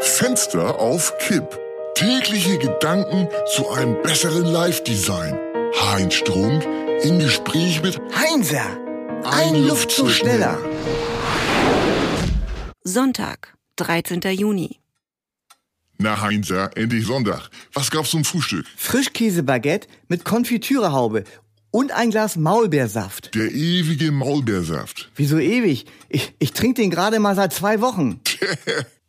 Fenster auf Kipp. Tägliche Gedanken zu einem besseren Live-Design. Heinz Strunk im Gespräch mit Heinzer, ein Luftzug schneller. Sonntag, 13. Juni. Na Heinzer, endlich Sonntag. Was gab's zum Frühstück? Frischkäsebaguette mit Konfitürehaube und ein Glas Maulbeersaft. Der ewige Maulbeersaft. Wieso ewig? Ich, ich trinke den gerade mal seit zwei Wochen.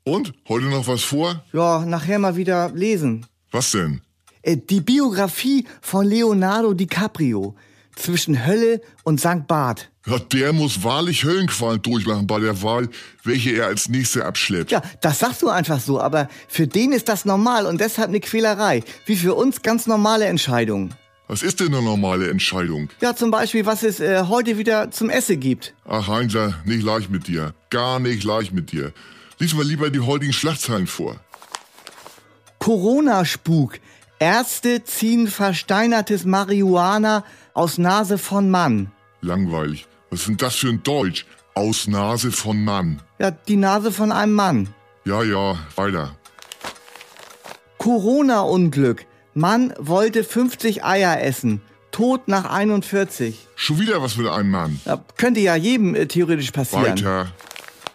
Und? Heute noch was vor? Ja, nachher mal wieder lesen. Was denn? Äh, die Biografie von Leonardo DiCaprio zwischen Hölle und St. Barth. Ja, der muss wahrlich Höllenqualen durchmachen bei der Wahl, welche er als nächste abschleppt. Ja, das sagst du einfach so, aber für den ist das normal und deshalb eine Quälerei, wie für uns ganz normale Entscheidungen. Was ist denn eine normale Entscheidung? Ja, zum Beispiel, was es äh, heute wieder zum Essen gibt. Ach Heinzer, Ah, nicht leicht mit dir. Gar nicht leicht mit dir. Lies mal lieber die heutigen Schlagzeilen vor. Corona-Spuk. Ärzte ziehen versteinertes Marihuana aus Nase von Mann. Langweilig. Was ist denn das für ein Deutsch? Aus Nase von Mann. Ja, die Nase von einem Mann. Ja, ja, weiter. Corona-Unglück. Mann wollte 50 Eier essen. Tod nach 41. Schon wieder was mit einem Mann. Ja, könnte ja jedem äh, theoretisch passieren. Weiter.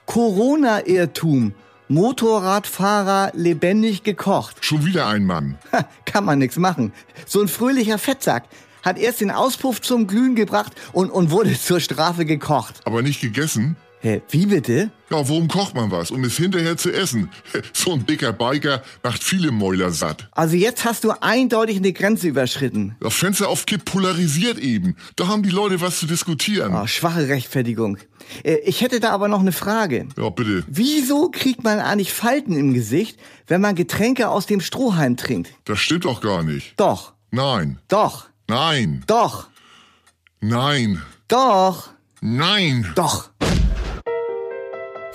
Corona-Irrtum. Motorradfahrer lebendig gekocht. Schon wieder ein Mann. Ha, kann man nichts machen. So ein fröhlicher Fettsack hat erst den Auspuff zum Glühen gebracht und, und wurde zur Strafe gekocht. Aber nicht gegessen? Hä, wie bitte? Ja, worum kocht man was? Um es hinterher zu essen. So ein dicker Biker macht viele Mäuler satt. Also jetzt hast du eindeutig eine Grenze überschritten. Das Fenster auf Kipp polarisiert eben. Da haben die Leute was zu diskutieren. Oh, schwache Rechtfertigung. Äh, Ich hätte da aber noch eine Frage. Ja, bitte. Wieso kriegt man eigentlich Falten im Gesicht, wenn man Getränke aus dem Strohhalm trinkt? Das stimmt doch gar nicht. Doch, Nein. doch, Nein. doch, Nein. doch, Nein. doch.